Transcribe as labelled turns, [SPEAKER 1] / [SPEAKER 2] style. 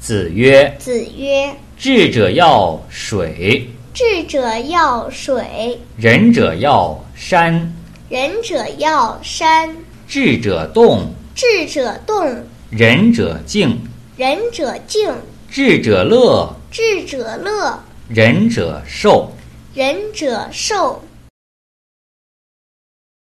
[SPEAKER 1] 子曰
[SPEAKER 2] 子曰：“
[SPEAKER 1] 智者要水，：“
[SPEAKER 2] 智者要水，
[SPEAKER 1] 仁者要山，
[SPEAKER 2] 仁者要山，
[SPEAKER 1] 智者动，
[SPEAKER 2] 智者动，
[SPEAKER 1] 仁者静，
[SPEAKER 2] 仁者静，
[SPEAKER 1] 智者乐，
[SPEAKER 2] 智者乐，
[SPEAKER 1] 仁者寿。”
[SPEAKER 2] 仁者寿。”